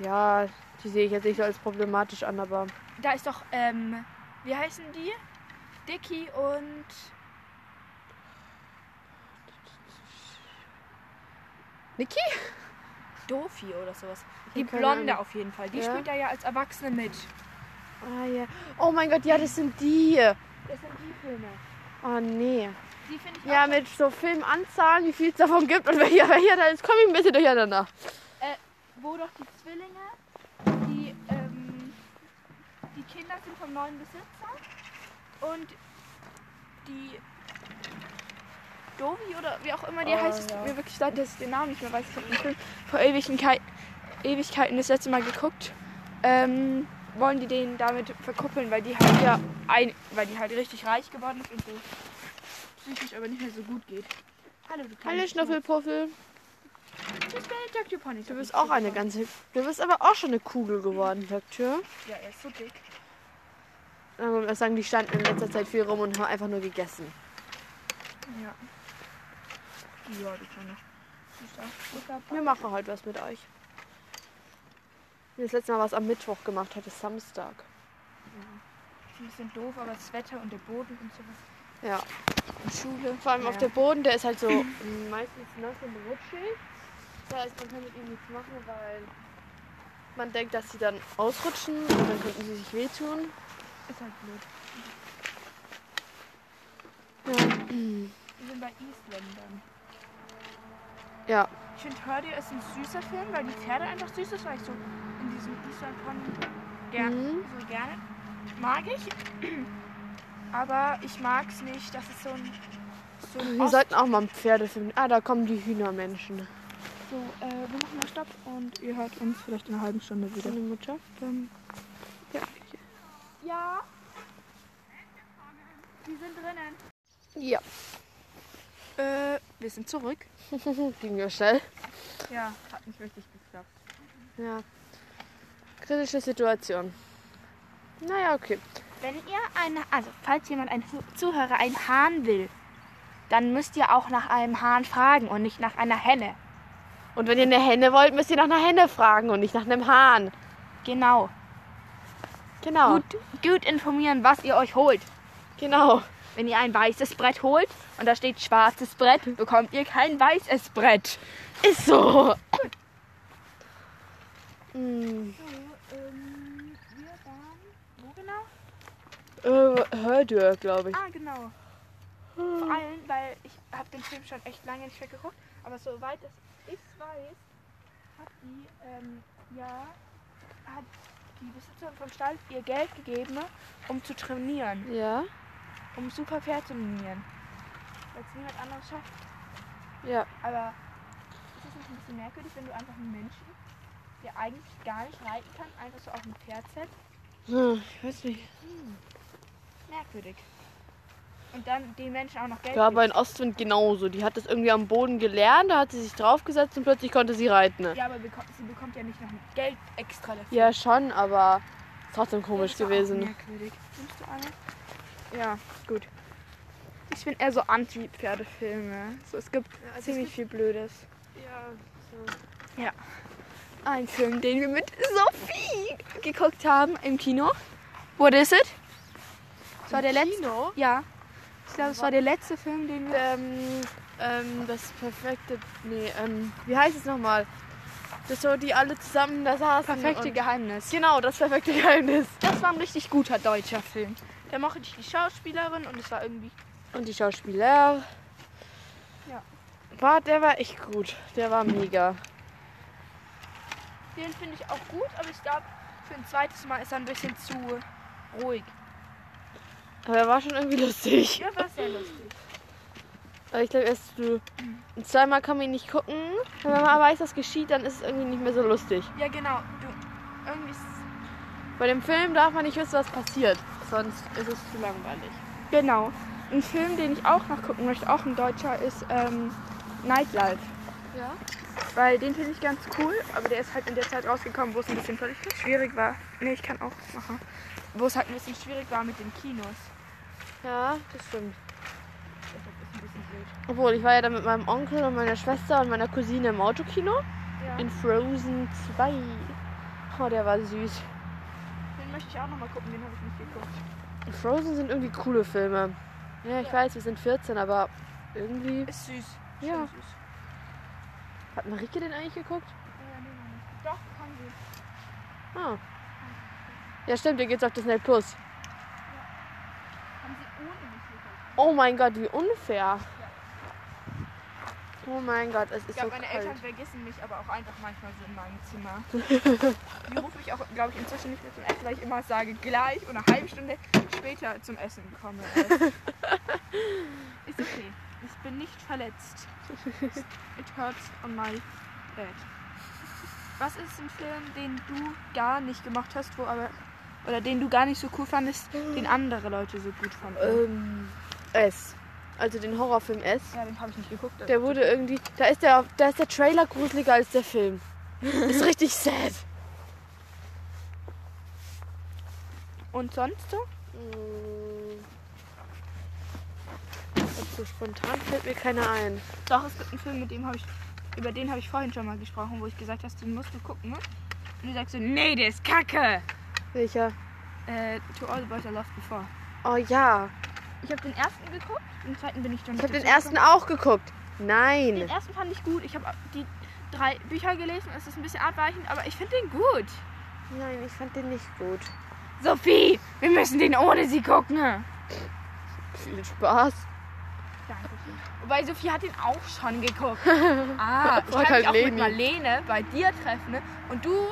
Speaker 2: Ja, die sehe ich jetzt nicht so als problematisch an, aber
Speaker 1: Da ist doch, ähm, wie heißen die? Dicky und.
Speaker 2: Niki?
Speaker 1: Dofi oder sowas. Die
Speaker 2: keine
Speaker 1: Blonde
Speaker 2: Ahnung.
Speaker 1: auf jeden Fall. Die
Speaker 2: Ja.
Speaker 1: spielt da ja als Erwachsene mit.
Speaker 2: Ah, ja. Oh mein Gott, ja, das sind die.
Speaker 1: Das sind die Filme.
Speaker 2: Oh nee.
Speaker 1: Die finde ich
Speaker 2: Ja,
Speaker 1: auch.
Speaker 2: mit so Filmanzahlen, wie viel es davon gibt und welcher welcher da ist, komme ich ein bisschen durcheinander.
Speaker 1: wo doch die Zwillinge, die, ähm, die Kinder sind vom neuen Besitzer und die Dovi oder wie auch immer die
Speaker 2: Oh,
Speaker 1: heißt, es
Speaker 2: ja.
Speaker 1: tut mir wirklich leid, dass ich den Namen nicht mehr weiß. Ich habe den Film vor Ewigkeit, Ewigkeiten das letzte Mal geguckt. Ähm, wollen die den damit verkuppeln, weil die halt ja ein, weil die halt richtig reich geworden ist und so psychisch aber nicht mehr so gut geht. Hallo, du
Speaker 2: Hallo Schnuffelpuffel.
Speaker 1: Ich bin Dr. Pony.
Speaker 2: Du bist auch eine ganze. Du bist aber auch schon eine Kugel geworden, sagt Tür.
Speaker 1: Ja, er ist so dick.
Speaker 2: Man muss sagen, die standen in letzter Zeit viel rum und haben einfach nur gegessen.
Speaker 1: Ja. Ja, die kann ich.
Speaker 2: Wir machen heute was mit euch. Das letzte Mal was am Mittwoch gemacht, heute ist Samstag.
Speaker 1: Ein bisschen doof, aber das Wetter und der Boden und sowas.
Speaker 2: Ja.
Speaker 1: Und Schule.
Speaker 2: Vor allem auf
Speaker 1: Ja.
Speaker 2: dem Boden, der ist halt so [CLEARS THROAT] meistens nass und rutschig. Das heißt, man kann mit ihm nichts machen, weil man denkt, dass sie dann ausrutschen und dann könnten sie sich wehtun.
Speaker 1: Ist halt blöd. Wir sind bei Isländern.
Speaker 2: Ja.
Speaker 1: Ich finde Hör dir ist ein süßer Film, weil die Pferde einfach süß ist, weil ich so in diesem Island von gern,
Speaker 2: Mhm.
Speaker 1: so gerne mag ich. Aber ich mag es nicht, dass es so ein so ein
Speaker 2: Wir
Speaker 1: Ost-
Speaker 2: sollten auch mal einen Pferdefilm. Ah, da kommen die Hühnermenschen.
Speaker 1: so, äh, wir machen mal Stopp und ihr hört uns vielleicht in einer halben Stunde wieder.
Speaker 2: Deine Mutter?
Speaker 1: Ähm, ja. Die sind drinnen.
Speaker 2: Ja.
Speaker 1: Äh, wir sind zurück.
Speaker 2: Ging ja schnell.
Speaker 1: Ja, hat nicht richtig geklappt.
Speaker 2: Ja. Kritische Situation. Naja, okay.
Speaker 1: Wenn ihr eine, also falls jemand ein Hu- Zuhörer einen Hahn will, dann müsst ihr auch nach einem Hahn fragen und nicht nach einer Henne.
Speaker 2: Und wenn ihr eine Henne wollt, müsst ihr nach einer Henne fragen und nicht nach einem Hahn.
Speaker 1: Genau.
Speaker 2: Genau.
Speaker 1: Gut, gut informieren, was ihr euch holt.
Speaker 2: Genau.
Speaker 1: Wenn ihr ein weißes Brett holt und da steht schwarzes Brett, bekommt ihr kein weißes Brett.
Speaker 2: Ist so. Mm.
Speaker 1: ähm, wir waren, wo genau?
Speaker 2: Äh, Hördür, glaube ich.
Speaker 1: Ah, genau. Vor allem, weil ich habe den Film schon echt lange nicht mehr geguckt, aber soweit es ich weiß, hat die, ähm, ja, hat die Besitzerin vom Stall ihr Geld gegeben, um zu trainieren,
Speaker 2: Ja?
Speaker 1: um super Pferd zu trainieren. Weil es niemand anderes schafft.
Speaker 2: Ja.
Speaker 1: Aber ist es nicht ein bisschen merkwürdig, wenn du einfach einen Menschen der eigentlich gar nicht reiten kann, einfach so auf dem Pferd setzt.
Speaker 2: Hm, ich weiß nicht.
Speaker 1: Merkwürdig. Und dann den Menschen auch noch Geld
Speaker 2: Ja,
Speaker 1: gibt.
Speaker 2: bei den Ostwind genauso. Die hat das irgendwie am Boden gelernt, da hat sie sich draufgesetzt und plötzlich konnte sie reiten. Ne?
Speaker 1: ja, aber beko- sie bekommt ja nicht noch Geld extra dafür.
Speaker 2: Ja, schon, aber ist trotzdem
Speaker 1: Das
Speaker 2: komisch
Speaker 1: ist auch
Speaker 2: gewesen.
Speaker 1: Merkwürdig. Nimmst du eine? Ja, gut. Ich bin eher so Anti-Pferdefilme. So, es gibt
Speaker 3: Ja, also
Speaker 1: ziemlich viel Blödes.
Speaker 3: Ja, so.
Speaker 1: Ein Film, den wir mit Sophie geguckt haben im Kino. What is it? Das war der letzte.
Speaker 3: Kino?
Speaker 1: Ja. Ich glaube, es war der letzte Film, den wir.
Speaker 2: Ähm, ähm, das perfekte. Nee, ähm, wie heißt es nochmal? Das so, die alle zusammen da saßen. und-
Speaker 1: Geheimnis.
Speaker 2: Genau, das perfekte Geheimnis.
Speaker 1: Das war ein richtig guter deutscher Film. Da mochte ich die Schauspielerin und es war irgendwie.
Speaker 2: Und die Schauspieler.
Speaker 1: Ja.
Speaker 2: War, der war echt gut. Der war mega.
Speaker 1: Den finde ich auch gut, aber ich glaube, für ein zweites Mal ist er ein bisschen zu ruhig.
Speaker 2: Aber er war schon irgendwie lustig.
Speaker 1: Ja, war sehr lustig.
Speaker 2: Aber ich glaube, erst du. Und zweimal kann man ihn nicht gucken. Wenn man mal weiß, was geschieht, dann ist es irgendwie nicht mehr so lustig.
Speaker 1: Ja, genau. Du, irgendwie ist
Speaker 2: Bei dem Film darf man nicht wissen, was passiert. Sonst ist es zu langweilig.
Speaker 1: Genau. Ein Film, den ich auch noch gucken möchte, auch ein deutscher, ist ähm, Nightlife.
Speaker 2: Ja?
Speaker 1: Weil den finde ich ganz cool, aber der ist halt in der Zeit rausgekommen, wo es ein bisschen völlig schwierig war. Nee, ich kann auch machen. Wo es halt ein bisschen schwierig war mit den Kinos.
Speaker 2: Ja, das stimmt.
Speaker 1: Deshalb ist ein bisschen wild.
Speaker 2: Obwohl, ich war ja dann mit meinem Onkel und meiner Schwester und meiner Cousine im Autokino.
Speaker 1: Ja.
Speaker 2: In Frozen 2. Oh, der war süß.
Speaker 1: Den möchte ich auch nochmal gucken, den habe ich nicht geguckt.
Speaker 2: Frozen sind irgendwie coole Filme. Ja, ich
Speaker 1: Ja.
Speaker 2: weiß, wir sind 14, aber irgendwie.
Speaker 1: Ist süß.
Speaker 2: Ja.
Speaker 1: Stimmt, Süß.
Speaker 2: Hat Marike den eigentlich geguckt?
Speaker 1: Äh, nee, noch nicht. Doch, kann sie.
Speaker 2: Ah. Ja, stimmt, der geht's auf Disney Plus.
Speaker 1: Haben sie ohne mich geguckt.
Speaker 2: Oh mein Gott, wie unfair. Oh mein Gott, es
Speaker 1: Ich
Speaker 2: ist so
Speaker 1: glaube, meine Eltern
Speaker 2: kalt.
Speaker 1: vergessen mich aber auch einfach manchmal so in meinem Zimmer.
Speaker 2: [LAUGHS]
Speaker 1: Die rufen mich auch, glaube ich, inzwischen nicht mehr zum Essen, weil ich immer sage, gleich oder eine halbe Stunde später zum Essen
Speaker 2: [LAUGHS]
Speaker 1: komme. erst. Ist okay. Ich bin nicht verletzt. It hurts on my bed. Was ist ein Film, den du gar nicht gemacht hast, wo aber. Oder den du gar nicht so cool fandest, den andere Leute so gut fanden?
Speaker 2: Ähm, S. Also den Horrorfilm S.
Speaker 1: ja, den habe ich nicht geguckt.
Speaker 2: Der wurde irgendwie. Da ist der, da ist der Trailer gruseliger als der Film. [LAUGHS] Ist richtig sad.
Speaker 1: Und sonst so?
Speaker 2: Mm. Jetzt So spontan fällt mir keiner ein.
Speaker 1: Doch, es gibt einen Film, mit dem habe ich, über den habe ich vorhin schon mal gesprochen, wo ich gesagt hast, den musst du gucken, ne? Und du sagst so, nee, der ist kacke.
Speaker 2: Welcher?
Speaker 1: Äh, To All the Boys I Loved Before.
Speaker 2: Oh ja.
Speaker 1: Ich habe den ersten geguckt, den zweiten bin ich dann
Speaker 2: Ich
Speaker 1: nicht
Speaker 2: habe den
Speaker 1: dazu
Speaker 2: ersten auch geguckt.
Speaker 1: gekommen. Den
Speaker 2: Nein.
Speaker 1: ersten fand ich gut. Ich habe die drei Bücher gelesen, es ist ein bisschen abweichend, aber ich finde den gut.
Speaker 2: Nein, ich fand den nicht gut.
Speaker 1: Sophie, wir müssen den ohne sie gucken.
Speaker 2: Viel Spaß.
Speaker 1: Dankeschön. Wobei Sophie hat den auch schon [LAUGHS] geguckt. ah, ich
Speaker 2: Frag
Speaker 1: kann
Speaker 2: halt
Speaker 1: mich auch mit
Speaker 2: Leni.
Speaker 1: Marlene bei dir treffen ne? und du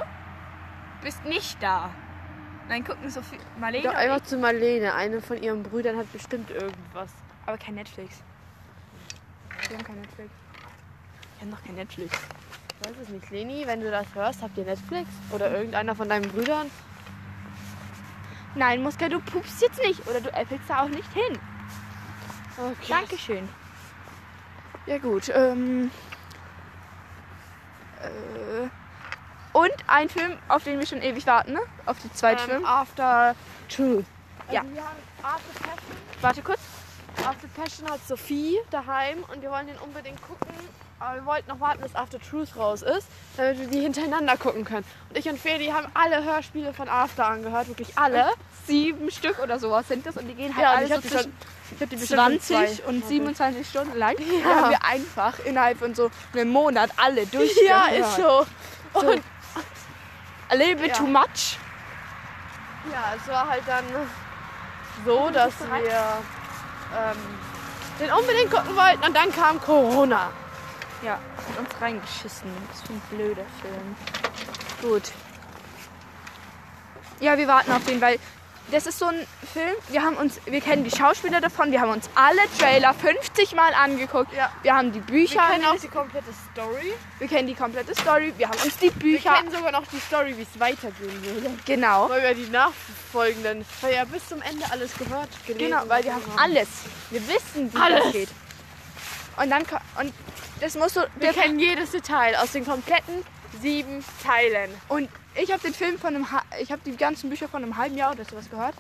Speaker 1: bist nicht da. Dann gucken Sophie, Marlene
Speaker 2: Doch
Speaker 1: und
Speaker 2: einfach
Speaker 1: ich,
Speaker 2: zu Marlene. Eine von ihren Brüdern hat bestimmt irgendwas.
Speaker 1: aber kein Netflix. Wir haben kein Netflix. Wir haben noch kein Netflix.
Speaker 2: Ich weiß es nicht. Leni, wenn du das hörst, habt ihr Netflix? Oder irgendeiner von deinen Brüdern?
Speaker 1: Nein, Muska, du pupst jetzt nicht oder du äppelst da auch nicht hin.
Speaker 2: Okay.
Speaker 1: Dankeschön. Ja gut. Ähm, äh, und ein Film, auf den wir schon ewig warten, ne? Auf den zweiten
Speaker 2: Ähm,
Speaker 1: Film.
Speaker 2: after True.
Speaker 1: Ja.
Speaker 2: Also wir haben After Passion.
Speaker 1: Warte kurz.
Speaker 2: After Passion hat Sophie daheim und wir wollen den unbedingt gucken. Aber wir wollten noch warten, bis After Truth raus ist, damit wir die hintereinander gucken können. Und ich und Feli haben alle Hörspiele von After angehört, wirklich alle.
Speaker 1: sieben Stück oder sowas sind das und die gehen halt
Speaker 2: Ja, und
Speaker 1: alle
Speaker 2: ich
Speaker 1: so
Speaker 2: hab die
Speaker 1: zwischen
Speaker 2: schon, ich hab die bestimmt schon
Speaker 1: 20
Speaker 2: zwei.
Speaker 1: und
Speaker 2: Okay.
Speaker 1: 27 Stunden lang. Da haben wir einfach innerhalb von so einem Monat alle durch.
Speaker 2: Ja, ist so. Und
Speaker 1: A little bit
Speaker 2: Ja.
Speaker 1: too much.
Speaker 2: ja, es war halt dann so, dass
Speaker 1: bereit?
Speaker 2: wir ähm, den unbedingt gucken wollten und dann kam Corona.
Speaker 1: Ja, hat uns reingeschissen. Das ist ein blöder Film. Gut. Ja, wir warten auf den, weil Das ist so ein Film, wir haben uns, wir kennen die Schauspieler davon, wir haben uns alle Trailer 50 Mal angeguckt.
Speaker 3: Ja.
Speaker 1: Wir haben die
Speaker 3: Wir
Speaker 1: Bücher,
Speaker 3: kennen auch die komplette Story.
Speaker 1: wir kennen die komplette Story, wir haben uns die
Speaker 3: Wir
Speaker 1: Bücher,
Speaker 3: kennen sogar noch die Story, wie es weitergehen würde.
Speaker 1: genau.
Speaker 3: Weil wir die nachfolgenden, weil ja bis zum Ende alles gehört, gelesen,
Speaker 1: Genau, weil wir haben alles. Wir wissen, wie
Speaker 3: Alles.
Speaker 1: das geht. Und dann ko- und das musst du.
Speaker 3: Wir kennen jedes Detail aus den kompletten sieben Teilen.
Speaker 1: Und ich habe den Film von einem, ha ich habe die ganzen Bücher von einem halben Jahr oder sowas gehört.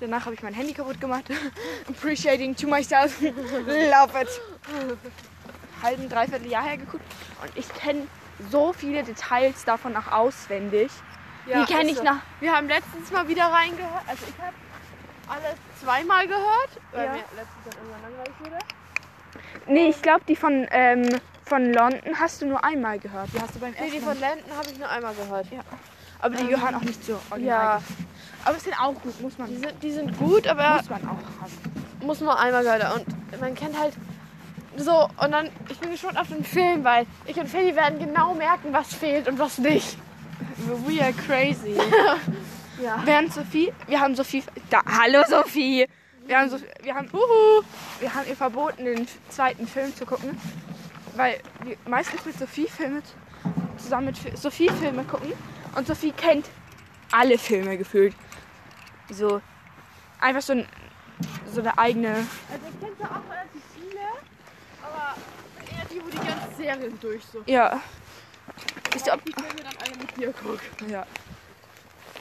Speaker 1: Danach habe ich mein Handy kaputt gemacht. [LAUGHS] Appreciating to myself. [LAUGHS] Love it. Halben, dreiviertel Jahr hergeguckt. Und ich kenne so viele Details davon auch auswendig.
Speaker 3: Ja,
Speaker 1: die kenne
Speaker 3: ist
Speaker 1: ich
Speaker 3: so.
Speaker 1: nach.
Speaker 3: Wir haben letztens mal wieder reingehört. Also ich habe alles zweimal gehört, weil
Speaker 1: Ja.
Speaker 3: mir letztens dann irgendwann langweilig wurde.
Speaker 1: Nee, ich glaube, die von, ähm, von London hast du nur einmal gehört. Die hast du beim
Speaker 3: Nee, die
Speaker 1: ersten
Speaker 3: von
Speaker 1: Mal.
Speaker 3: Lenten habe ich nur einmal gehört. Ja.
Speaker 1: Aber die gehören auch nicht zur Original.
Speaker 3: Ähm, ja.
Speaker 1: Aber es sind auch gut, muss man
Speaker 3: Die, sind, die sind gut, aber
Speaker 1: Muss man auch haben.
Speaker 3: muss man einmal gehört haben. Und man kennt halt so. Und dann, ich bin gespannt auf den Film, weil ich und Feli werden genau merken, was fehlt und was nicht.
Speaker 1: We are crazy. ja. Während Sophie, wir haben Sophie, da, hallo Sophie. Wir haben, Sophie, wir haben, uhu, wir haben ihr verboten, den f- zweiten Film zu gucken, weil wir meistens mit Sophie Filme z- zusammen mit Fi- Sophie Filme gucken und Sophie kennt alle Filme gefühlt. So einfach so, ein, so eine eigene.
Speaker 3: Also ich kenne zwar auch relativ viele, aber eher die, wo die ganzen Serien durch so.
Speaker 1: Ja. Ich
Speaker 3: Ich
Speaker 1: glaube,
Speaker 3: ob die Filme dann alle mit dir gucken.
Speaker 1: ja.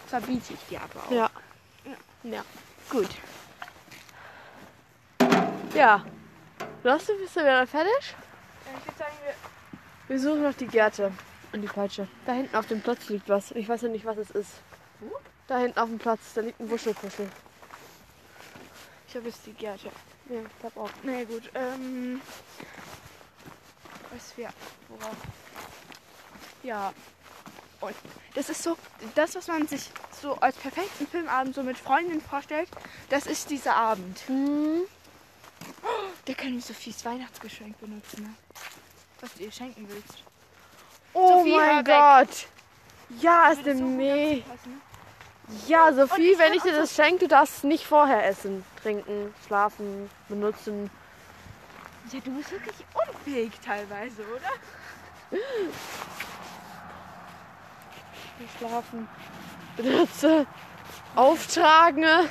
Speaker 1: Verbiete ich dir aber auch.
Speaker 2: Ja.
Speaker 1: Gut.
Speaker 2: Ja. Lass du, bist du wieder fertig?
Speaker 1: Ich würde sagen, wir
Speaker 2: Wir suchen noch die Gerte und die Peitsche. Da hinten auf dem Platz liegt was. Ich weiß ja nicht, was es ist. Da hinten auf dem Platz, da liegt ein Wuschelkuschel.
Speaker 1: Ich habe jetzt die Gerte.
Speaker 2: Ja, ich glaub auch.
Speaker 1: Na ja, gut, ähm. Was wir. Worauf? Ja. Und das ist so, das, was man sich so als perfekten Filmabend so mit Freundinnen vorstellt, das ist dieser Abend. Mhm. Da können wir Sophies Weihnachtsgeschenk benutzen, ne? Was du ihr schenken willst.
Speaker 2: Oh
Speaker 1: Sophie, hör
Speaker 2: mein
Speaker 1: weg.
Speaker 2: Gott. Ja, ist
Speaker 1: Würde so
Speaker 2: denn
Speaker 1: gut
Speaker 2: meh.
Speaker 1: dazu passen, ne?
Speaker 2: Ja,
Speaker 1: Und
Speaker 2: Sophie,
Speaker 1: ich
Speaker 2: wenn
Speaker 1: will
Speaker 2: ich dir
Speaker 1: auch
Speaker 2: das schenke, du darfst es nicht vorher essen, trinken, schlafen, benutzen.
Speaker 1: Ja, du bist wirklich unfähig teilweise, oder?
Speaker 2: Schlafen, benutze, auftragene,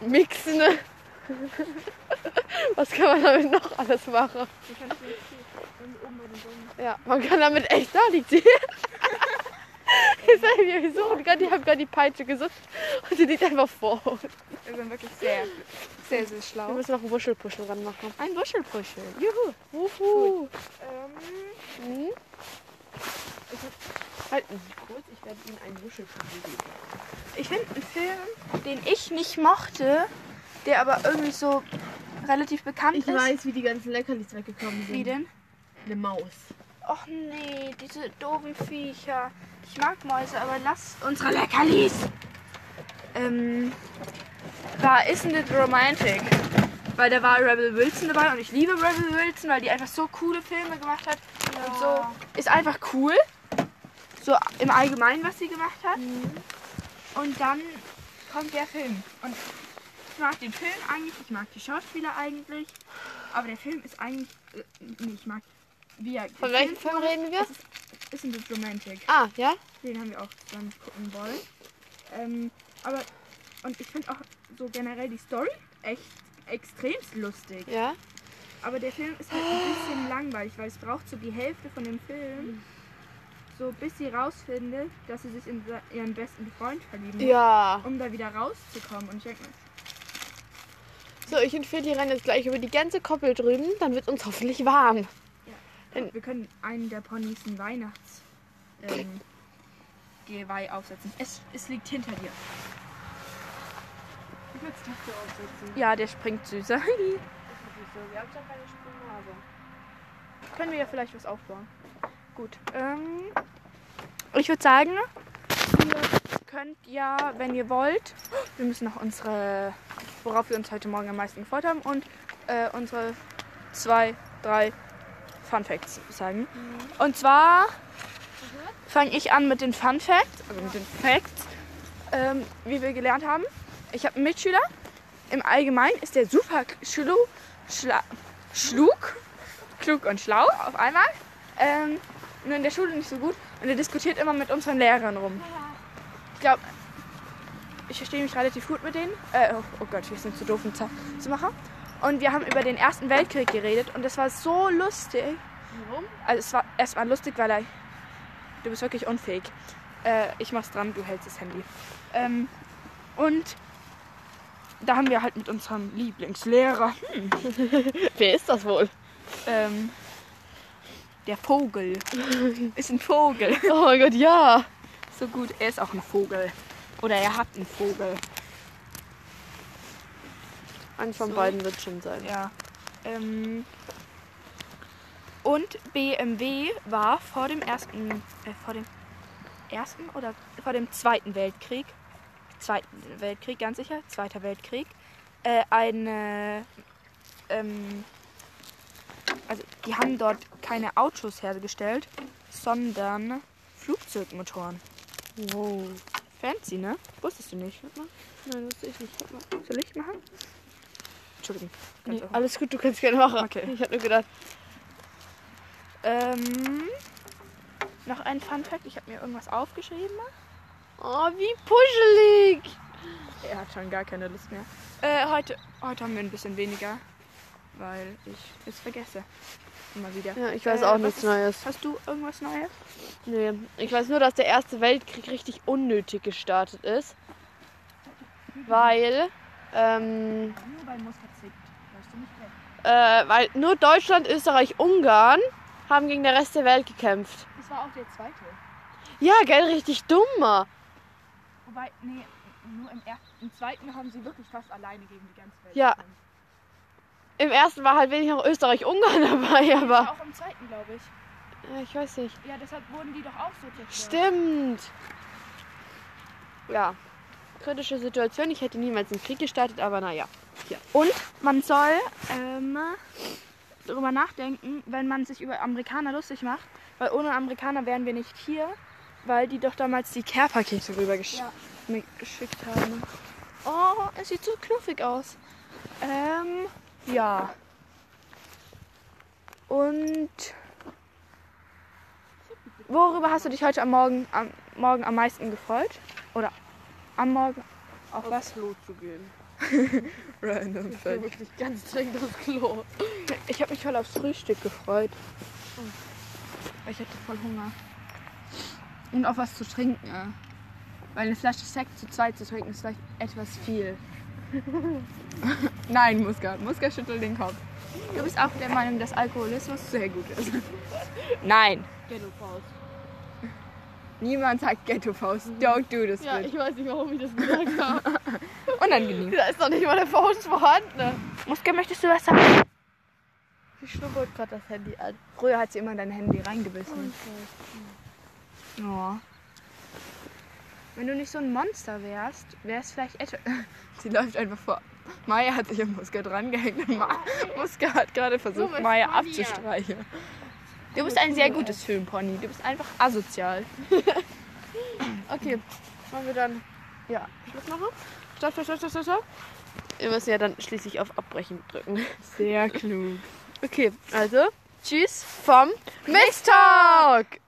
Speaker 2: mixene. Was kann man damit noch alles machen?
Speaker 1: Du kannst mir jetzt hier irgendwie oben bei den Bäumen.
Speaker 2: Ja, man kann damit echt, da liegt sie. [LAUGHS] Ich sag dir, wir suchen gerade, die haben gerade die Peitsche gesucht und die liegt einfach vor uns.
Speaker 1: Wir sind wirklich sehr, sehr, sehr
Speaker 2: Wir
Speaker 1: schlau.
Speaker 2: müssen noch einen Wuschelpuschel ranmachen.
Speaker 1: Ein Wuschelpuschel.
Speaker 2: Juhu, wuhu.
Speaker 1: Ähm,
Speaker 2: Mhm.
Speaker 3: Halten Sie kurz, ich werde Ihnen einen Wuschelkuchen geben.
Speaker 1: Ich finde einen Film, den ich nicht mochte, der aber irgendwie so relativ bekannt
Speaker 3: Ich
Speaker 1: ist.
Speaker 3: weiß, wie die ganzen Leckerlis weggekommen sind.
Speaker 1: Wie denn?
Speaker 3: Eine Maus.
Speaker 1: Och nee, diese doofen Viecher. Ich mag Mäuse, aber lass unsere Leckerlis. Ähm, war Isn't It Romantic? Weil da war Rebel Wilson dabei und ich liebe Rebel Wilson, weil die einfach so coole Filme gemacht hat. Und so ist einfach cool. So im Allgemeinen, was sie gemacht hat.
Speaker 2: Mhm.
Speaker 1: Und dann kommt der Film. Und ich mag den Film eigentlich, ich mag die Schauspieler eigentlich. Aber der Film ist eigentlich. Äh, nee, ich mag. Wie er
Speaker 2: Von welchem Film reden wir?
Speaker 1: ist ein bisschen Romantic.
Speaker 2: Ah, ja?
Speaker 1: Den haben wir auch zusammen gucken wollen. Ähm, aber, und ich finde auch so generell die Story echt extrem lustig.
Speaker 2: Ja.
Speaker 1: Aber der Film ist halt ein bisschen langweilig, weil es braucht so die Hälfte von dem Film, so bis sie rausfindet, dass sie sich in se- ihren besten Freund verlieben muss,
Speaker 2: Ja.
Speaker 1: um da wieder rauszukommen. Und ich denke mir,
Speaker 2: So, ich und Feli rennen jetzt gleich über die ganze Koppel drüben, dann wird uns hoffentlich warm.
Speaker 1: wir können einen der Ponys ein Weihnachts ähm, Geweih aufsetzen. Es, es liegt hinter dir.
Speaker 3: Ich würde es dafür aufsetzen.
Speaker 1: Ja, der springt [LAUGHS] süßer.
Speaker 3: Wir haben schon keine Sprungnase.
Speaker 1: können wir ja vielleicht was aufbauen. Gut. Ähm, ich würde sagen, ihr könnt ja, wenn ihr wollt, [GASPS] wir müssen noch unsere, worauf wir uns heute Morgen am meisten gefreut haben und äh, unsere zwei, drei Fun Facts sagen. Und zwar fange ich an mit den Fun Facts, also mit den Facts, ähm, wie wir gelernt haben. ich habe einen Mitschüler. Im Allgemeinen ist der super schlu, schla, schlug, klug und schlau auf einmal. Ähm, nur in der Schule nicht so gut. Und er diskutiert immer mit unseren Lehrern rum. Ich glaube, ich verstehe mich relativ gut mit denen. Äh, oh, oh Gott, wir sind zu doof, um Zeit zu machen. Und wir haben über den Ersten Weltkrieg geredet und das war so lustig.
Speaker 3: Warum?
Speaker 1: Also es war erstmal lustig, weil er... Du bist wirklich unfähig. Äh, ich mach's dran, du hältst das Handy. Ähm, und da haben wir halt mit unserem Lieblingslehrer,
Speaker 2: Wer ist das wohl?
Speaker 1: ähm, der Vogel, ist ein Vogel.
Speaker 2: Oh mein Gott, ja.
Speaker 1: So gut, er ist auch ein Vogel. Oder er hat einen Vogel.
Speaker 2: Eins von
Speaker 1: So.
Speaker 2: beiden wird schon sein.
Speaker 1: Ja. Ähm, und BMW war vor dem ersten, äh, vor dem ersten oder vor dem zweiten Weltkrieg, zweiten Weltkrieg ganz sicher, zweiter Weltkrieg, äh, eine, ähm, also die haben dort keine Autos hergestellt, sondern Flugzeugmotoren.
Speaker 2: Wow.
Speaker 1: Fancy, ne? Wusstest du nicht?
Speaker 2: Nein, wusste ich nicht. Warte mal.
Speaker 1: Soll ich machen? Entschuldigung. Ganz
Speaker 2: Nee,
Speaker 1: offen.
Speaker 2: alles gut, du kannst gerne machen.
Speaker 1: Okay.
Speaker 2: Ich habe nur gedacht,
Speaker 1: Ähm, noch ein Fun Fact. Ich habe mir irgendwas aufgeschrieben.
Speaker 2: oh, wie puschelig.
Speaker 1: Er hat schon gar keine Lust mehr. Äh, heute, heute haben wir ein bisschen weniger, weil ich es vergesse. Immer wieder.
Speaker 2: Ja, ich weiß
Speaker 1: Äh,
Speaker 2: auch
Speaker 1: was
Speaker 2: nichts
Speaker 1: ist-
Speaker 2: Neues.
Speaker 1: Hast du irgendwas Neues?
Speaker 2: Nee, ich weiß nur, dass der Erste Weltkrieg richtig unnötig gestartet ist. Weil, ähm,
Speaker 1: Nur bei Muskat zickt. Hörst du nicht weg?
Speaker 2: äh, weil nur Deutschland, Österreich, Ungarn haben gegen den Rest der Welt gekämpft.
Speaker 1: Das war auch der zweite.
Speaker 2: Ja, gell, richtig dummer.
Speaker 1: Wobei, nee, nur im, im zweiten haben sie wirklich fast alleine gegen die ganze Welt.
Speaker 2: Ja. Im ersten war halt wenig noch Österreich-Ungarn [LAUGHS] dabei, aber.
Speaker 1: Auch im zweiten, glaube ich.
Speaker 2: Ja, ich weiß nicht.
Speaker 1: Ja, deshalb wurden die doch auch so
Speaker 2: Stimmt. Ja. Kritische Situation. Ich hätte niemals einen Krieg gestartet, aber naja.
Speaker 1: Und man soll ähm, darüber nachdenken, wenn man sich über Amerikaner lustig macht, weil ohne Amerikaner wären wir nicht hier, weil die doch damals die Care-Pakete rübergeschickt haben. Oh, es sieht so knuffig aus. Ähm, ja. Und worüber hast du dich heute am Morgen am, Morgen am meisten gefreut? Oder am Morgen auf was?
Speaker 2: Klo zu gehen.
Speaker 1: Random
Speaker 2: Ich bin wirklich ganz dringend aufs Klo.
Speaker 1: Ich habe mich voll aufs Frühstück gefreut. Oh, Ich hatte voll Hunger. Und auf was zu trinken. ja. Weil eine Flasche Sekt zu zweit zu trinken ist vielleicht etwas [LAUGHS] viel. Nein, Muska. Muska schüttelt den Kopf. Du bist auch der Meinung, dass Alkoholismus sehr gut ist. [LAUGHS] Nein.
Speaker 2: Ghetto-Faust.
Speaker 1: Niemand sagt Ghetto-Faust. Don't do this.
Speaker 2: Ja,
Speaker 1: bitch.
Speaker 2: ich weiß nicht, warum ich das gesagt
Speaker 1: [LAUGHS]
Speaker 2: habe.
Speaker 1: Unangenehm.
Speaker 2: [LAUGHS] da ist doch nicht mal der Faust vorhanden.
Speaker 1: Muska, möchtest du was sagen?
Speaker 2: Sie schnuppert gerade das Handy an.
Speaker 1: Früher hat sie immer in dein Handy reingebissen. Ja. Wenn du nicht so ein Monster wärst, wärst vielleicht etwa. Sie läuft einfach vor. Maya hat sich am Muska drangehängt und Ma Muska hat gerade versucht,
Speaker 2: bist
Speaker 1: Maya
Speaker 2: Maya.
Speaker 1: abzustreichen. Du bist ein sehr gutes Filmpony. Du bist einfach asozial.
Speaker 2: Okay, wollen wir dann
Speaker 1: Ja.
Speaker 2: Schluss machen? Stopp, stopp, stopp, stopp, stopp, stopp. Wir müssen ja dann schließlich auf Abbrechen drücken. [LAUGHS]
Speaker 1: Sehr klug.
Speaker 2: Okay, also tschüss vom Mistalk.